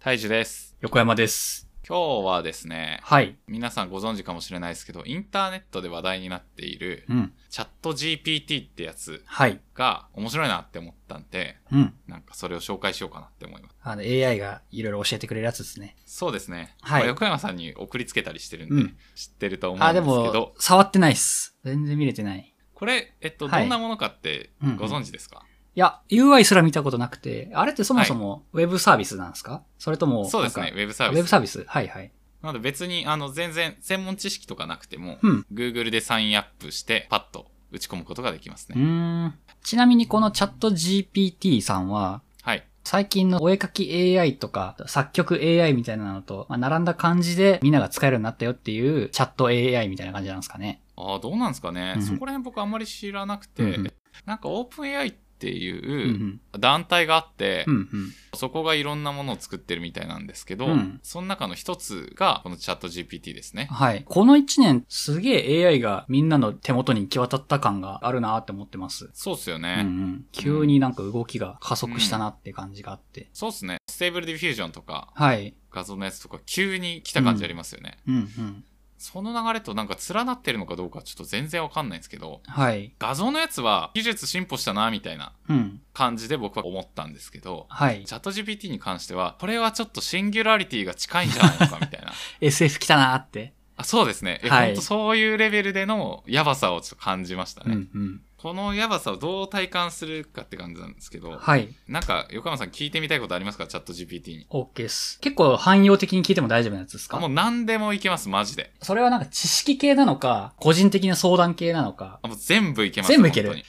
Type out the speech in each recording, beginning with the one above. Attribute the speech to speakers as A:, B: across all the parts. A: タイジです。
B: 横山です。
A: 今日はですね、
B: はい。
A: 皆さんご存知かもしれないですけど、インターネットで話題になっている
B: うん。
A: チャット GPT ってやつ
B: はい。
A: が面白いなって思ったんで、
B: うん。
A: なんかそれを紹介しようかなって思います。
B: あの、AI がいろいろ教えてくれるやつですね。
A: そうですね。
B: はい
A: まあ横山さんに送りつけたりしてるんで、
B: うん
A: 知ってると思うん
B: あ、
A: で
B: です
A: けど
B: も、、触ってないっす。全然見れてない。
A: これ、えっと、
B: はい
A: どんなものかって
B: うん
A: ご存知ですか、
B: いや、UI すら見たことなくて、あれってそもそもウェブサービスなんですか、それとも、
A: そうですね、
B: なん
A: ウ
B: か。
A: ェブサー
B: ウ
A: ビ
B: ェ
A: ス
B: ブ。サービスはいはい。
A: なので別に、あの、全然専門知識とかなくても、
B: うん
A: Google でサインアップして、パッと打ち込むことができます
B: う
A: ね。
B: ーん。ちなみにこのチャット GPT さんは、
A: はい。
B: 最近のお絵かき AI とか作曲 AI みたいなのと、まあ、並んだ感じでみんなが使えるようになったよっていうチャット AI みたいな感じなんですかね。
A: ああ、どうなんですかね、
B: うん
A: そこら辺僕あんまり知らなくて、
B: うんうん
A: なんか OpenAI って
B: うんう。
A: いうん団体があって、
B: うんうん。
A: そこがいろんなものを作ってるみたいなんですけど、
B: うん
A: その中の一つがこのチャット GPT ですね。
B: はい。この1年、すげえ AI がみんなの手元に行き渡った感があるなって思ってます。
A: そうっすよ
B: うん
A: ね。
B: うん。急になんか動きが加速したなって感じがあって。
A: そうっすね。ステーブルディフュージョンとか
B: はい。
A: 画像のやつとか急に来た感じありますよね。
B: うんうん。
A: その流れとなんか連なってるのかどうかちょっと全然わかんないんですけど、
B: はい。
A: 画像のやつは技術進歩したなみたいな
B: うん。
A: 感じで僕は思ったんですけど、
B: はい。
A: チャット GPT に関しては、これはちょっとシンギュラリティが近いんじゃないのかみたい な。
B: SF 来たなって。
A: あそうですね。え、
B: はい
A: ほんとそういうレベルでのやばさをちょっと感じました
B: う
A: ね。
B: んうん。
A: このやばさをどう体感するかって感じなんですけど、
B: はい。
A: なんか横山さん聞いてみたいことありますかチャット GPT に。
B: OK です。結構汎用的に聞いても大丈夫なやつですか
A: もう何でもいけます、マジで。
B: それはなんか知識系なのか、個人的な相談系なのか。
A: あもう全部いけます。
B: 全部いける
A: 本当に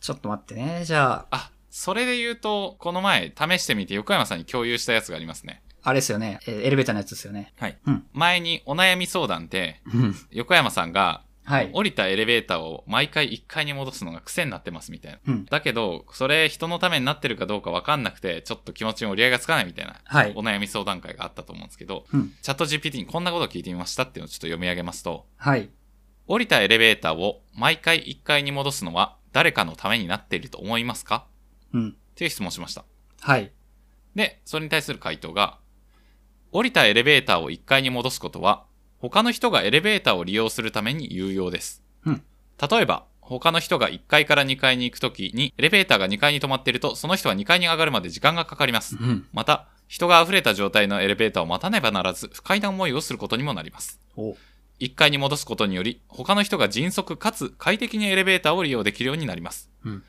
B: ちょっと待ってね。じゃあ、
A: あ、それで言うと、この前試してみて横山さんに共有したやつがありますね。
B: あれですよね。えーエレベーターのやつですよね。
A: はい。
B: うん
A: 前にお悩み相談で、
B: うん。
A: 横山さんが、
B: はい。
A: 降りたエレベーターを毎回1階に戻すのが癖になってますみたいな。
B: うん。
A: だけど、それ人のためになってるかどうかわかんなくて、ちょっと気持ちに折り合いがつかないみたいな、
B: はい
A: お。悩み相談会があったと思うんですけど、
B: うん。
A: チャット GPT にこんなことを聞いてみましたっていうのをちょっと読み上げますと、
B: はい。
A: 降りたエレベーターを毎回1階に戻すのは誰かのためになっていると思いますか
B: うん。
A: っていう質問をしました。
B: はい。
A: で、それに対する回答が、降りたエレベーターを1階に戻すことは、他の人がエレベーターを利用するために有用です。
B: うん
A: 例えば、他の人が1階から2階に行くときに、エレベーターが2階に止まっていると、その人は2階に上がるまで時間がかかります。
B: うん。
A: また、人が溢れた状態のエレベーターを待たねばならず、不快な思いをすることにもなります。
B: お
A: 1階に戻すことにより、他の人が迅速かつ快適にエレベーターを利用できるようになります。
B: うん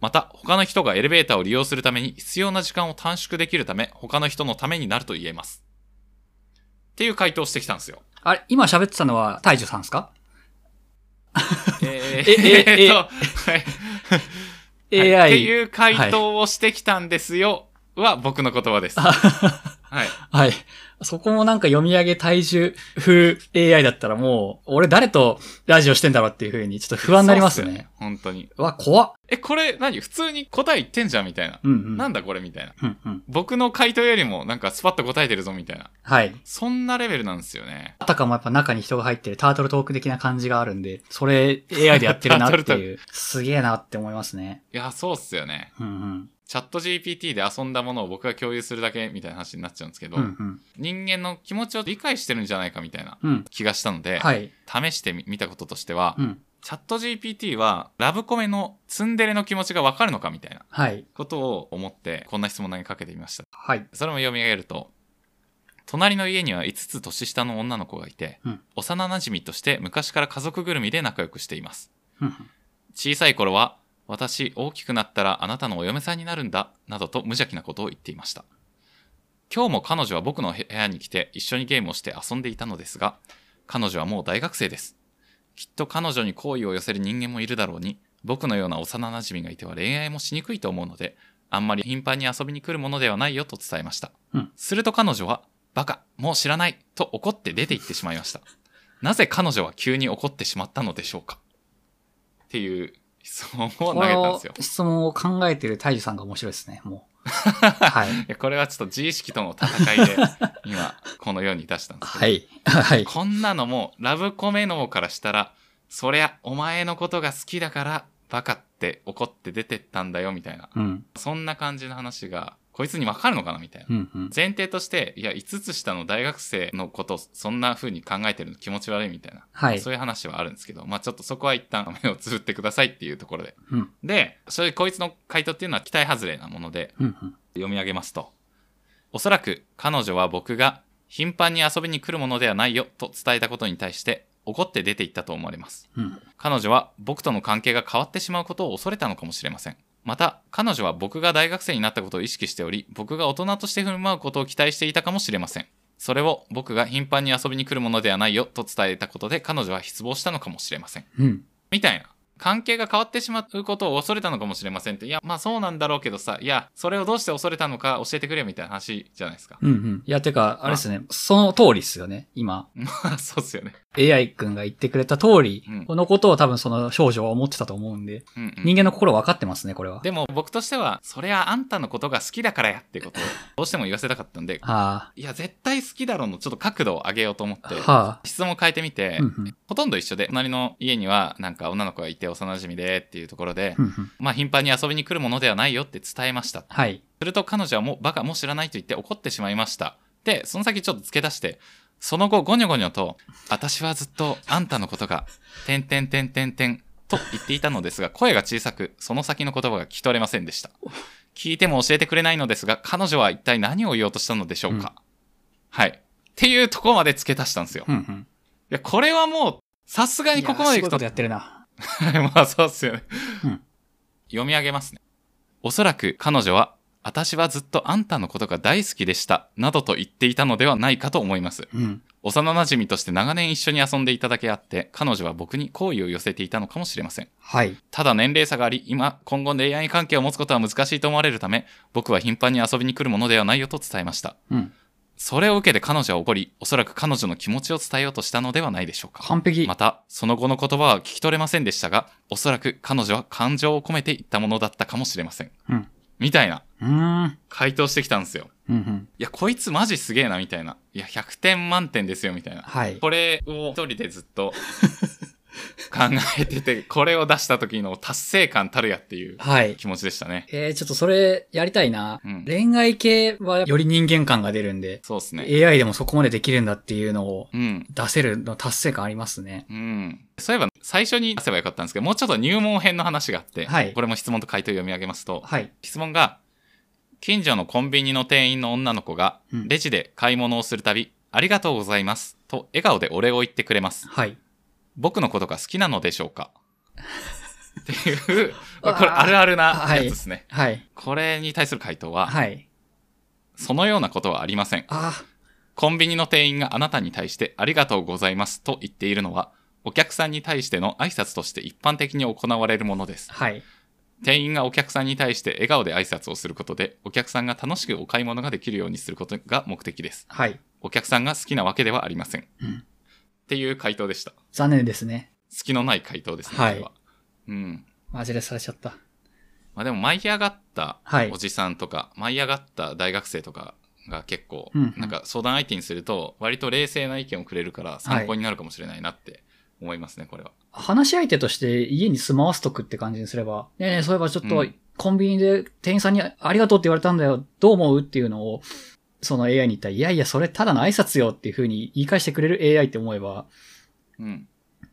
A: また、他の人がエレベーターを利用するために必要な時間を短縮できるため、他の人のためになると言えます。っていう回答をしてきたんですよ。
B: あれ、今喋ってたのは大樹さんですか、
A: えー
B: ええ
A: えーっと、はいはい
B: ?AI。
A: っていう回答をしてきたんですよ、は僕の言葉です。
B: あ
A: はい。
B: はい。そこもなんか読み上げ体重風 AI だったらもう、俺誰とラジオしてんだろうっていう風にちょっと不安になります
A: そうっ
B: ね。
A: よね。本当に。
B: うわ、怖っ。
A: え、これ何普通に答え言ってんじゃんみたいな。
B: うんうん。
A: なんだこれみたいな。
B: うんうん。
A: 僕の回答よりもなんかスパッと答えてるぞみたいな。
B: はい。
A: そんなレベルなんですよね。
B: あたかもやっぱ中に人が入ってるタートルトーク的な感じがあるんで、それ AI でやってるな っ
A: タ
B: て
A: ート
B: いう、すげえなって思いますね。
A: いや、そうっすよね。
B: うんうん。
A: チャット GPT で遊んだものを僕が共有するだけみたいな話になっちゃうんですけど、
B: うんうん。
A: 人間の気持ちを理解してるんじゃないかみたいな
B: うん。
A: 気がしたので、
B: はい。
A: 試してみ見たこととしては、
B: うん。
A: チャット GPT はラブコメのツンデレの気持ちがわかるのかみたいな
B: はい。
A: ことを思って、こんな質問投げかけてみました。
B: はい。
A: それも読み上げると、隣の家には5つ年下の女の子がいて、
B: うん
A: 幼馴染として昔から家族ぐるみで仲良くしています。
B: うんうん
A: 小さい頃は、私大きくなったらあなたのお嫁さんになるんだ、などと無邪気なことを言っていました。今日も彼女は僕の部屋に来て一緒にゲームをして遊んでいたのですが、彼女はもう大学生です。きっと彼女に好意を寄せる人間もいるだろうに、僕のような幼馴染がいては恋愛もしにくいと思うので、あんまり頻繁に遊びに来るものではないよと伝えました。
B: うん
A: すると彼女は、バカ、もう知らない、と怒って出て行ってしまいました。なぜ彼女は急に怒ってしまったのでしょうかっていう質問を投げたん ですよ
B: こ。の質問を考えてる大樹さんが面白いですね、も う。はい。
A: いやこれはちょっと自意識との戦いで、今、このように出したんですけど、
B: はい。はい。
A: こんなのも、ラブコメ脳からしたら、そりゃ、お前のことが好きだから、バカって怒って出てったんだよ、みたいな。
B: うん。
A: そんな感じの話がこいつにわかるのかなみたいな。
B: うんうん。
A: 前提として、いや、5つ下の大学生のこと、そんな風に考えてるの気持ち悪いみたいな、
B: はい。
A: そういう話はあるんですけど、まあちょっとそこは一旦目をつぶってくださいっていうところで。
B: うん
A: で、それこいつの回答っていうのは期待外れなもので、
B: うんうん。
A: 読み上げますと。おそらく彼女は僕が頻繁に遊びに来るものではないよと伝えたことに対して怒って出て行ったと思われます。
B: うん。
A: 彼女は僕との関係が変わってしまうことを恐れたのかもしれません。また、彼女は僕が大学生になったことを意識しており、僕が大人として振る舞うことを期待していたかもしれません。それを僕が頻繁に遊びに来るものではないよと伝えたことで彼女は失望したのかもしれません。
B: うん。
A: みたいな。関係が変わってしまうことを恐れたのかもしれませんって。いや、まあそうなんだろうけどさ、いや、それをどうして恐れたのか教えてくれよみたいな話じゃないですか。
B: うんうん。いや、てか、あれですね。その通りですよね。今、
A: まあそうっすよね。
B: AI 君が言ってくれた通り、
A: うん
B: このことを多分その少女は思ってたと思うんで、
A: うん、うん。
B: 人間の心分かってますね、これは。
A: でも僕としては、それはあんたのことが好きだからやってことをどうしても言わせたかったんで、
B: あ
A: いや、絶対好きだろうのちょっと角度を上げようと思っ
B: あ、
A: て、
B: は
A: 質問を変えてみて
B: あ。うん、うん
A: ほとんど一緒で、隣の家にはなんか女の子がいて幼馴染でっていうところで
B: う、んうん。
A: まあ頻繁に遊びに来るものではないよって伝えました。
B: はい。
A: すると彼女はもうバカもう知らないと言って怒ってしまいました。で、その先ちょっと付け出して、その後ゴニョゴニョと、私はずっとあんたのことが、てんてんてんてんてんと言っていたのですが、声が小さく、その先の言葉が聞き取れませんでした。聞いても教えてくれないのですが、彼女は一体何を言おうとしたのでしょうか。はい。っていうところまで付け足したんですよ。
B: う
A: い
B: んうん。
A: や、これはもう、さすがにここまで行
B: いやすごい
A: く
B: こととやってるな。
A: はいまあそうっすよね、
B: うん
A: 読み上げますね。おそらく彼女は、私はずっとあんたのことが大好きでした、などと言っていたのではないかと思います。
B: うん。
A: 幼馴染として長年一緒に遊んでいただけあって、彼女は僕に好意を寄せていたのかもしれません。
B: はい。
A: ただ年齢差があり、今、今後恋愛関係を持つことは難しいと思われるため、僕は頻繁に遊びに来るものではないよと伝えました。
B: うん。
A: それを受けて彼女は怒り、おそらく彼女の気持ちを伝えようとしたのではないでしょうか。
B: 完璧
A: ま。た、その後の言葉は聞き取れませんでしたが、おそらく彼女は感情を込めていったものだったかもしれません。
B: うん。
A: みたいな
B: うーん。
A: 回答してきたんですよ。
B: うんうん。
A: いや、こいつマジすげえな、みたいな。いや、100点満点ですよ、みたいな。
B: はい。
A: これを一人でずっ と考えてて、これを出した時の達成感たるやっていう
B: はい。
A: 気持ちでしたね。
B: えー、ちょっとそれやりたいな。
A: うん
B: 恋愛系はより人間感が出るんで、
A: そうですね。
B: AI でもそこまでできるんだっていうのを
A: うん。
B: 出せるの達成感ありますね。
A: うん。そういえば、最初に出せばよかったんですけど、もうちょっと入門編の話があって、
B: はい
A: これも質問と回答を読み上げますと、
B: はい。
A: 質問が、近所のコンビニの店員の女の子が、
B: うん
A: レジで買い物をするたび、ありがとうございます、と笑顔でお礼を言ってくれます。
B: はい。
A: 僕のことが好きなのでしょう かっていう、
B: うわー
A: これあるあるな
B: はい
A: やつですね。
B: はい。
A: これに対する回答は、
B: はい。
A: そのようなことはありません。
B: あ
A: コンビニの店員があなたに対してありがとうございますと言っているのは、お客さんに対しての挨拶として一般的に行われるものです
B: あ。。はい。
A: 店員がお客さんに対して笑顔で挨拶をすることでお客さんが楽しくお買い物ができるようにすることが目的です
B: はい。
A: お客さんが好きなわけではありません、
B: うん
A: っていう回答でした
B: 残念ですね。
A: 隙のない回答ですね、
B: はい
A: これはうん
B: マジでされちゃった。
A: まあ、でも舞い上がった
B: はい
A: お。じさんとか、舞い上がった大学生とかが結構、
B: うんうん
A: なんか相談相手にすると割と冷静な意見をくれるから参考になるかもしれないなって思いますねこれは
B: 話し相手として家に住まわすとくって感じにすれば、ねえねえ、そういえばちょっ
A: う
B: と
A: ん
B: コンビニで店員さんにありがとうって言われたんだよ、どう思うっていうのを、その AI に言ったら、いやいや、それただの挨拶よっていう風に言い返してくれる AI って思えば、
A: うん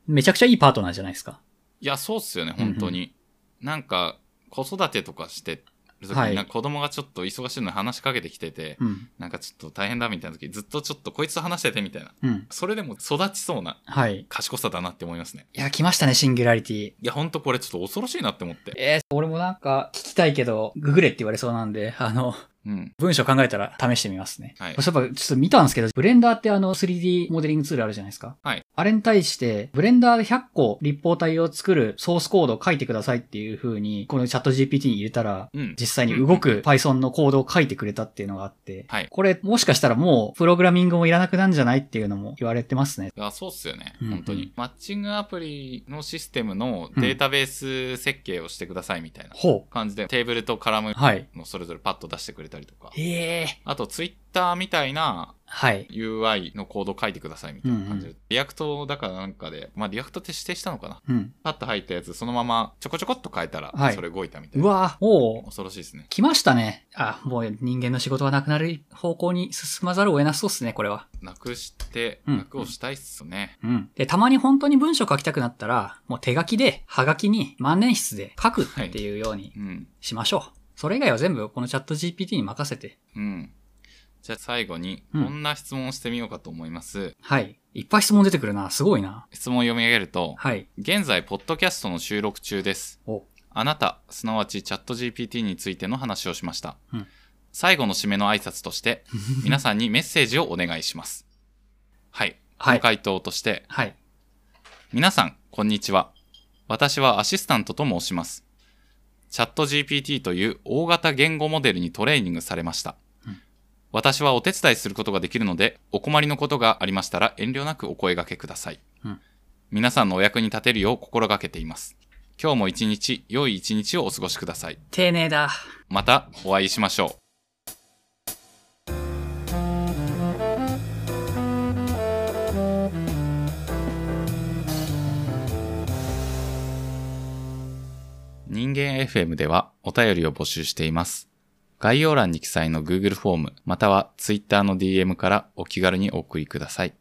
B: めちゃくちゃいいパートナーじゃないですか。
A: いや、そうっすよね、本当に。なんか、子育てとかしてる時に、
B: はい
A: なんか子供がちょっと忙しいのに話しかけてきてて、
B: うん。
A: なんかちょっと大変だみたいな時、ずっとちょっとこいつと話しててみたいな。
B: うん。
A: それでも育ちそうな
B: はい。
A: 賢さだなって思いますね。
B: いや、来ましたね、シンギュラリティ。
A: いや、ほんとこれちょっと恐ろしいなって思って。
B: えー俺もなんか聞きたいけど、ググれって言われそうなんで、あの、
A: うん。
B: 文章考えたら試してみますね。
A: はい
B: そういえば、ちょっと見たんですけど、ブレンダーってあの 3D モデリングツールあるじゃないですか。
A: はい
B: あれに対して、ブレンダーで100個立方体を作るソースコードを書いてくださいっていう風に、このチャット GPT に入れたら、
A: うん。
B: 実際に動く Python のコードを書いてくれたっていうのがあって、
A: はい
B: これもしかしたらもうプログラミングもいらなくなんじゃないっていうのも言われてますね。
A: いや、そうっすよね
B: う。ん
A: 本当に。マッチングアプリのシステムのデータベース設計をしてくださいみたいな
B: ほ
A: 感じで、テーブルと絡む
B: う。はい。
A: のそれぞれパッと出してくれたりとか。
B: ええ
A: あと、ツイッターみたいな
B: はい。
A: UI のコード書いてくださいみたいな感じで、
B: う
A: リアクトだからなんかで、まあリアクトって指定したのかな
B: うん。
A: パッと入ったやつそのままちょこちょこっと変えたら
B: はい
A: それ動いたみたいうな、
B: わぁ、もう、
A: 恐ろしいですね
B: 来ましたね。あ、もう人間の仕事はなくなる方向に進まざるを得なそうですね、これは。
A: なくして
B: うん
A: 楽をしたいっすね、
B: うん。で、たまに本当に文章書きたくなったら、もう手書きで、はがきに万年筆で書くっていうように
A: うん、うん
B: しましょう。それ以外は全部このチャット GPT に任せて。
A: じゃあ最後にこ
B: うん
A: んな質問をしてみようかと思います、
B: はい。いっぱい質問出てくるな。すごいな。
A: 質問を読み上げると
B: はい。
A: 現在ポッドキャストの収録中です
B: お。
A: あなた、すなわちチャット GPT についての話をしました。
B: うん
A: 最後の締めの挨拶と して、皆さんにメッセージをお願いします。はい。
B: は
A: この
B: い
A: 回答として、
B: はい。
A: 皆さん、こんにちは。私はアシスタントと申します。チャット GPT という大型言語モデルにトレーニングされました。
B: うん
A: 私はお手伝いすることができるので、お困りのことがありましたら遠慮なくお声掛けください。
B: うん
A: 皆さんのお役に立てるよう心がけています。今日も一日、良い一日をお過ごしください。
B: 丁寧だ。
A: またお会いしましょう。人間 FM ではお便りを募集しています。概要欄に記載の Google フォームまたは Twitter の DM からお気軽にお送りください。